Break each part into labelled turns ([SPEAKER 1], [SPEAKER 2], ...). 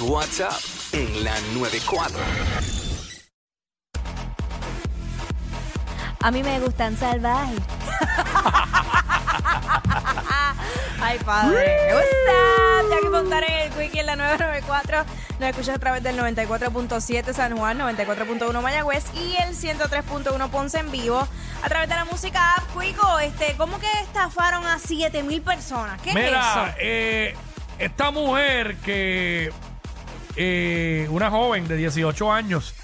[SPEAKER 1] WhatsApp en la 94.
[SPEAKER 2] A mí me gustan salvajes. Ay, padre. Me gusta. Jackie Fontana en el Quickie en la 994. Nos escuchas a través del 94.7 San Juan, 94.1 Mayagüez y el 103.1 Ponce en vivo. A través de la música app, Cuico, este, ¿cómo que estafaron a 7 mil personas? ¿Qué
[SPEAKER 3] Mira,
[SPEAKER 2] es eso?
[SPEAKER 3] eh, esta mujer que, eh, una joven de 18 años,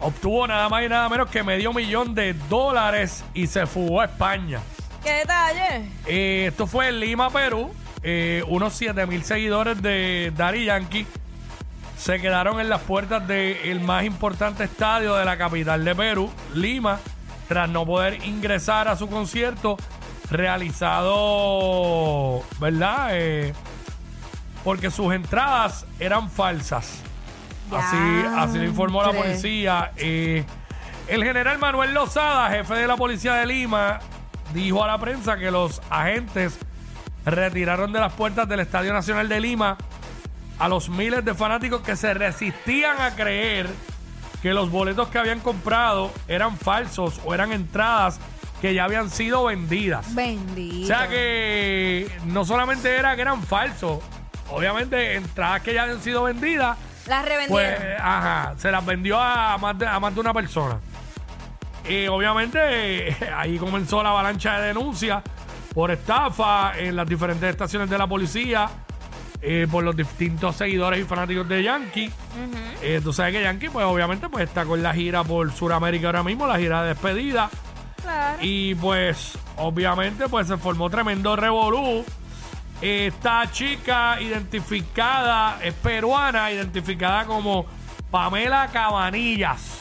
[SPEAKER 3] obtuvo nada más y nada menos que medio millón de dólares y se fugó a España.
[SPEAKER 2] ¿Qué detalle?
[SPEAKER 3] Eh, esto fue en Lima, Perú. Eh, unos 7 mil seguidores de Daddy Yankee se quedaron en las puertas del más importante estadio de la capital de Perú, Lima, tras no poder ingresar a su concierto realizado, ¿verdad? Eh, porque sus entradas eran falsas. Así, así lo informó la
[SPEAKER 2] Diantre.
[SPEAKER 3] policía. Eh, el general Manuel Lozada, jefe de la policía de Lima, dijo a la prensa que los agentes retiraron de las puertas del Estadio Nacional de Lima a los miles de fanáticos que se resistían a creer que los boletos que habían comprado eran falsos o eran entradas que ya habían sido vendidas.
[SPEAKER 2] Bendito.
[SPEAKER 3] O sea que no solamente era que eran falsos, obviamente entradas que ya habían sido vendidas,
[SPEAKER 2] Las revendieron.
[SPEAKER 3] pues, ajá, se las vendió a más de, a más de una persona. Y obviamente eh, ahí comenzó la avalancha de denuncias por estafa en las diferentes estaciones de la policía, eh, por los distintos seguidores y fanáticos de Yankee. Eh, tú sabes que Yankee, pues obviamente, pues está con la gira por Sudamérica ahora mismo, la gira de despedida.
[SPEAKER 2] Claro.
[SPEAKER 3] Y pues, obviamente, pues se formó tremendo revolú. Esta chica identificada, es peruana, identificada como Pamela Cabanillas.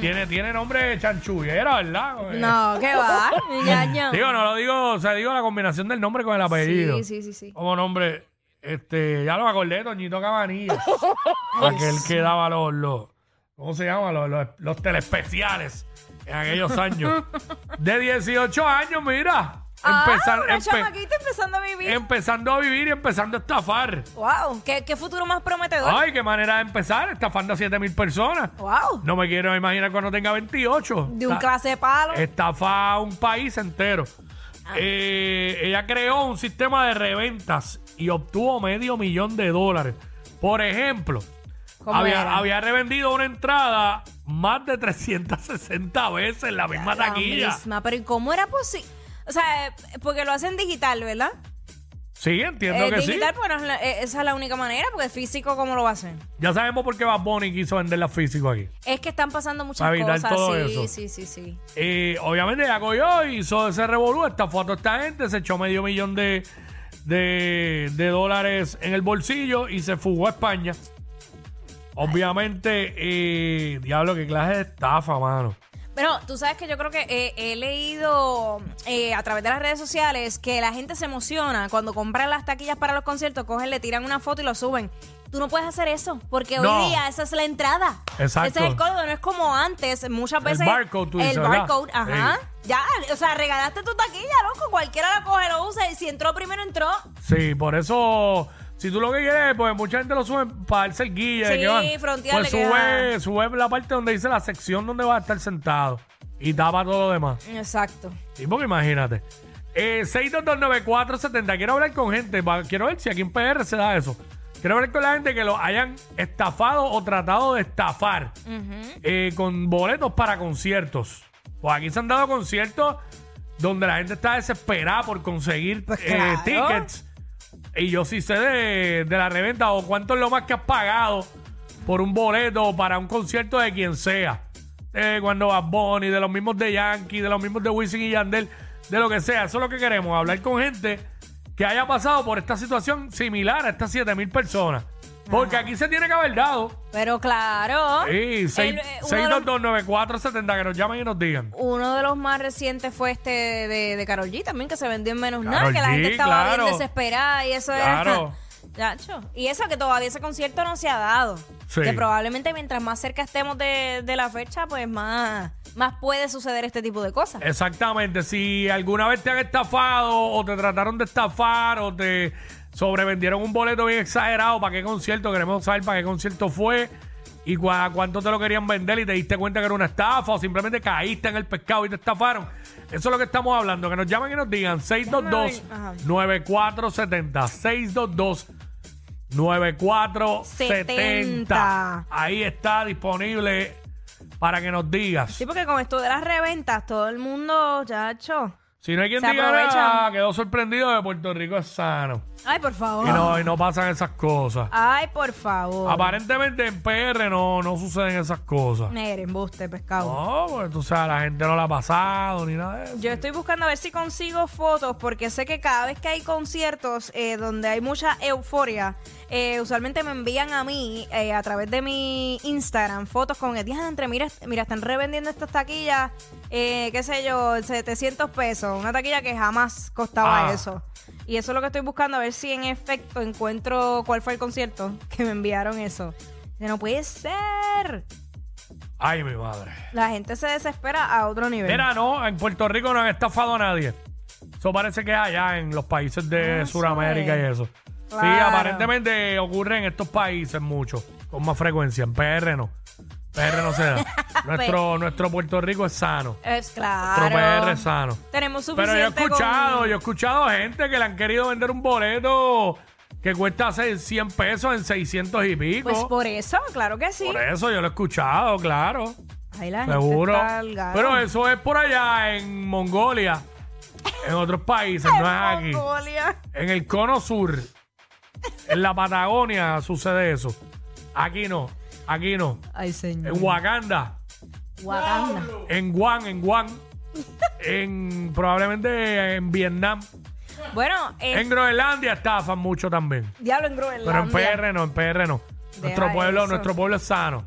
[SPEAKER 3] Tiene, tiene nombre de chanchullera, ¿verdad?
[SPEAKER 2] No, ¿qué va? Ñaño.
[SPEAKER 3] Digo, no lo digo, o sea, digo la combinación del nombre con el apellido.
[SPEAKER 2] sí, sí, sí.
[SPEAKER 3] Como nombre, este, ya lo acordé, Toñito Cabanillas. aquel que daba los, los ¿cómo se llama? Los, los, los telespeciales en aquellos años. De 18 años, mira.
[SPEAKER 2] ah,
[SPEAKER 3] Empezar-
[SPEAKER 2] una
[SPEAKER 3] empe- em-
[SPEAKER 2] chamaquita empezando a vivir.
[SPEAKER 3] empezando a vivir y empezando a estafar.
[SPEAKER 2] wow, ¿Qué, qué futuro más prometedor.
[SPEAKER 3] Ay, qué manera de empezar, estafando a 7 mil personas.
[SPEAKER 2] Wow.
[SPEAKER 3] No me quiero imaginar cuando tenga 28.
[SPEAKER 2] De un
[SPEAKER 3] Está-
[SPEAKER 2] clase de palo.
[SPEAKER 3] estafa a un país entero.
[SPEAKER 2] Ah.
[SPEAKER 3] Eh, ella creó un sistema de reventas y obtuvo medio millón de dólares. Por ejemplo,
[SPEAKER 2] ¿Cómo
[SPEAKER 3] había,
[SPEAKER 2] era?
[SPEAKER 3] había revendido una entrada más de 360 veces en la misma
[SPEAKER 2] La
[SPEAKER 3] taquilla.
[SPEAKER 2] misma, pero ¿y cómo era posible? O sea, eh, porque lo hacen digital, ¿verdad?
[SPEAKER 3] Sí, entiendo
[SPEAKER 2] Eh,
[SPEAKER 3] que sí.
[SPEAKER 2] digital, pues no es la- eh, esa es la única manera, porque físico, ¿cómo lo hacen?
[SPEAKER 3] Ya sabemos por qué Bad Bunny quiso venderla físico aquí.
[SPEAKER 2] Es que están pasando muchas
[SPEAKER 3] Para evitar
[SPEAKER 2] cosas.
[SPEAKER 3] todo
[SPEAKER 2] sí,
[SPEAKER 3] eso.
[SPEAKER 2] sí, sí, sí.
[SPEAKER 3] Eh, obviamente ella cogió y hizo ese revolú, estafó a toda esta gente, se echó medio millón de, de, de dólares en el bolsillo y se fugó a España. Obviamente, eh, diablo, qué clase de estafa, mano.
[SPEAKER 2] Pero tú sabes que yo creo que eh, he leído eh, a través de las redes sociales que la gente se emociona cuando compran las taquillas para los conciertos, cogen, le tiran una foto y lo suben. Tú no puedes hacer eso, porque
[SPEAKER 3] No.
[SPEAKER 2] hoy día esa es la entrada.
[SPEAKER 3] Exacto.
[SPEAKER 2] Ese es el código, no es como antes, muchas veces.
[SPEAKER 3] barcode, tú dices,
[SPEAKER 2] El
[SPEAKER 3] ¿verdad?
[SPEAKER 2] barcode, ajá.
[SPEAKER 3] Sí.
[SPEAKER 2] Ya, o sea, regalaste tu taquilla, loco. Cualquiera la coge, lo usa. Y si entró primero, entró.
[SPEAKER 3] Sí, por eso, si tú lo que quieres, pues mucha gente lo sube para darse el guille de
[SPEAKER 2] Sí,
[SPEAKER 3] que van.
[SPEAKER 2] frontearle
[SPEAKER 3] Pues
[SPEAKER 2] que
[SPEAKER 3] sube, sube la parte donde dice la sección donde va a estar sentado y tapa todo lo demás.
[SPEAKER 2] Exacto.
[SPEAKER 3] Sí, porque imagínate. Eh, 6229470. Quiero hablar con gente. va- Quiero ver si aquí en PR se da eso. Quiero ver con la gente que lo hayan estafado o tratado de estafar eh, con boletos para conciertos. Pues aquí se han dado conciertos donde la gente está desesperada por conseguir
[SPEAKER 2] Pues
[SPEAKER 3] eh,
[SPEAKER 2] claro.
[SPEAKER 3] tickets. Y yo sí sé de, de la reventa o cuánto es lo más que has pagado por un boleto para un concierto de quien sea. Eh, cuando Bad Bunny, de los mismos de Yankee, de los mismos de Wisin y Yandel, de lo que sea. Eso es lo que queremos, hablar con gente que haya pasado por esta situación similar a estas 7000 personas. Porque aquí se tiene que haber dado.
[SPEAKER 2] Pero claro.
[SPEAKER 3] Sí,
[SPEAKER 2] el-
[SPEAKER 3] seis-
[SPEAKER 2] eh, uno, de los,
[SPEAKER 3] 6229470, que nos llamen y nos digan.
[SPEAKER 2] uno de los más recientes fue este de, de Karol G también, que se vendió en menos nada,
[SPEAKER 3] Karol
[SPEAKER 2] que la gente
[SPEAKER 3] G,
[SPEAKER 2] estaba
[SPEAKER 3] claro.
[SPEAKER 2] bien desesperada y eso
[SPEAKER 3] Claro.
[SPEAKER 2] era. Chacho. Y eso que todavía ese concierto no se ha dado.
[SPEAKER 3] Sí.
[SPEAKER 2] Que probablemente mientras más cerca estemos de, de la fecha, pues más, más puede suceder este tipo de cosas.
[SPEAKER 3] Exactamente. Si alguna vez te han estafado o te trataron de estafar o te sobrevendieron un boleto bien exagerado, ¿para qué concierto? Queremos saber para qué concierto fue y cu- a cuánto te lo querían vender y te diste cuenta que era una estafa o simplemente caíste en el pescado y te estafaron. Eso es lo que estamos hablando. Que nos llamen y nos digan 622-9470. 622-9470.
[SPEAKER 2] 70.
[SPEAKER 3] Ahí está disponible para que nos digas.
[SPEAKER 2] Sí, porque con esto de las reventas, todo el mundo, chacho.
[SPEAKER 3] Si no hay quien
[SPEAKER 2] Se
[SPEAKER 3] diga
[SPEAKER 2] aprovechan.
[SPEAKER 3] nada, quedó sorprendido de Puerto Rico es sano.
[SPEAKER 2] Ay, por favor.
[SPEAKER 3] Y, no, y no pasan esas cosas.
[SPEAKER 2] Ay, por favor.
[SPEAKER 3] Aparentemente en PR no, no suceden esas cosas.
[SPEAKER 2] Mira, embuste, pescado.
[SPEAKER 3] No, pues tú sabes, la gente no la ha pasado ni nada de eso.
[SPEAKER 2] Yo estoy buscando a ver si consigo fotos porque sé que cada vez que hay conciertos eh, donde hay mucha euforia, eh, usualmente me envían a mí eh, a través de mi Instagram fotos con el entre mira, mira, están revendiendo estas taquillas, eh, qué sé yo, 700 pesos, una taquilla que jamás costaba
[SPEAKER 3] Ah.
[SPEAKER 2] eso. Y eso es lo que estoy buscando, a ver si en efecto encuentro cuál fue el concierto que me enviaron eso. Dice, No puede ser.
[SPEAKER 3] Ay, mi madre.
[SPEAKER 2] La gente se desespera a otro nivel.
[SPEAKER 3] Mira, no, en Puerto Rico no han estafado a nadie. Eso parece que es allá en los países de
[SPEAKER 2] Ah,
[SPEAKER 3] Sudamérica
[SPEAKER 2] sí.
[SPEAKER 3] y eso. Sí,
[SPEAKER 2] Claro.
[SPEAKER 3] aparentemente ocurre en estos países mucho, con más frecuencia. En PR no. PR no se da. nuestro, nuestro Puerto Rico es sano.
[SPEAKER 2] Es
[SPEAKER 3] Nuestro PR
[SPEAKER 2] claro.
[SPEAKER 3] es sano.
[SPEAKER 2] Tenemos suficiente
[SPEAKER 3] Pero yo he escuchado,
[SPEAKER 2] con-
[SPEAKER 3] yo he escuchado gente que le han querido vender un boleto que cuesta seis- 100 pesos en 600 y pico.
[SPEAKER 2] Pues por eso, claro que sí.
[SPEAKER 3] Por eso yo lo he escuchado, claro.
[SPEAKER 2] Ahí la gente
[SPEAKER 3] Seguro.
[SPEAKER 2] está al garete.
[SPEAKER 3] Pero eso es por allá en Mongolia, en otros países, no es aquí.
[SPEAKER 2] Mongolia.
[SPEAKER 3] En el cono sur, en la Patagonia sucede eso. Aquí no, aquí no.
[SPEAKER 2] Ay, señor.
[SPEAKER 3] En Wakanda,
[SPEAKER 2] Wakanda.
[SPEAKER 3] en Guam, en Guam, en probablemente en Vietnam.
[SPEAKER 2] Bueno, eh,
[SPEAKER 3] En Groenlandia estafan mucho también.
[SPEAKER 2] diablo en
[SPEAKER 3] Pero en
[SPEAKER 2] Groenlandia.
[SPEAKER 3] PR no, en PR no. Nuestro
[SPEAKER 2] Deja
[SPEAKER 3] pueblo,
[SPEAKER 2] eso.
[SPEAKER 3] nuestro pueblo es sano.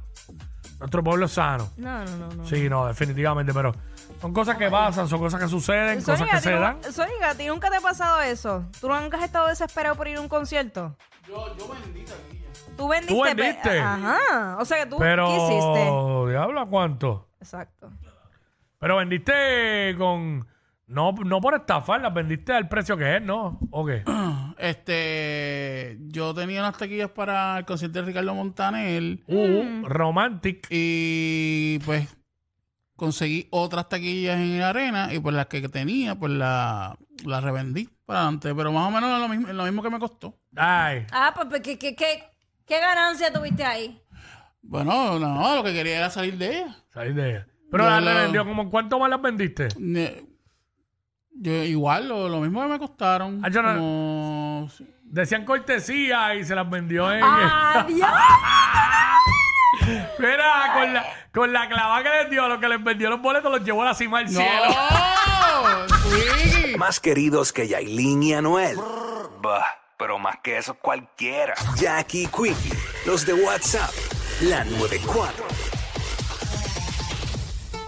[SPEAKER 3] Nuestro pueblo es sano.
[SPEAKER 2] No, no, no. no.
[SPEAKER 3] Sí, no, definitivamente, pero son cosas que pasan, son cosas que suceden,
[SPEAKER 2] Sónica,
[SPEAKER 3] cosas que se
[SPEAKER 2] ¿a
[SPEAKER 3] dan.
[SPEAKER 2] ti nu- Sónica, ¿a ti nunca te ha pasado eso? ¿Tú nunca has estado desesperado por ir a un concierto? Yo, yo vendí
[SPEAKER 3] Tú
[SPEAKER 2] taquilla. ¿Tú vendiste?
[SPEAKER 3] vendiste.
[SPEAKER 2] pe- Ajá. O sea que tú, ¿qué hiciste?
[SPEAKER 3] Pero, diablo, ¿a ¿cuánto?
[SPEAKER 2] Exacto.
[SPEAKER 3] Pero vendiste con... No, no por estafar, las vendiste al precio que es, ¿no? ¿O qué?
[SPEAKER 4] Este, yo tenía unas taquillas para el concierto de Ricardo Montaner
[SPEAKER 2] Mm.
[SPEAKER 3] Uh, romantic.
[SPEAKER 4] y pues conseguí otras taquillas en la arena y pues las que tenía pues la- las revendí para adelante, pero más o menos en lo mismo, en lo mismo que me costó.
[SPEAKER 3] Ay,
[SPEAKER 2] Ah, pues, pues, ¿qué, qué, qué, qué ganancia tuviste ahí?
[SPEAKER 4] Bueno, no, lo que quería era salir de ella.
[SPEAKER 3] salí de ella. Pero
[SPEAKER 4] No,
[SPEAKER 3] las
[SPEAKER 4] no.
[SPEAKER 3] revendió, ¿cómo cuánto más las vendiste?
[SPEAKER 4] Ne- Yo, igual, lo, lo mismo que me costaron.
[SPEAKER 3] Ah, yo no-
[SPEAKER 4] como-
[SPEAKER 3] Decían cortesía y se las vendió en...
[SPEAKER 2] ¡Adiós!
[SPEAKER 3] Mira, con la, con la clava que les dio, a los que les vendió los boletos, los llevó a la cima del cielo.
[SPEAKER 4] ¡No! Wiki.
[SPEAKER 1] Más queridos que Yailin y Anuel. Bah, pero más que eso cualquiera. Jackie Quickie, los de WhatsApp, la 94.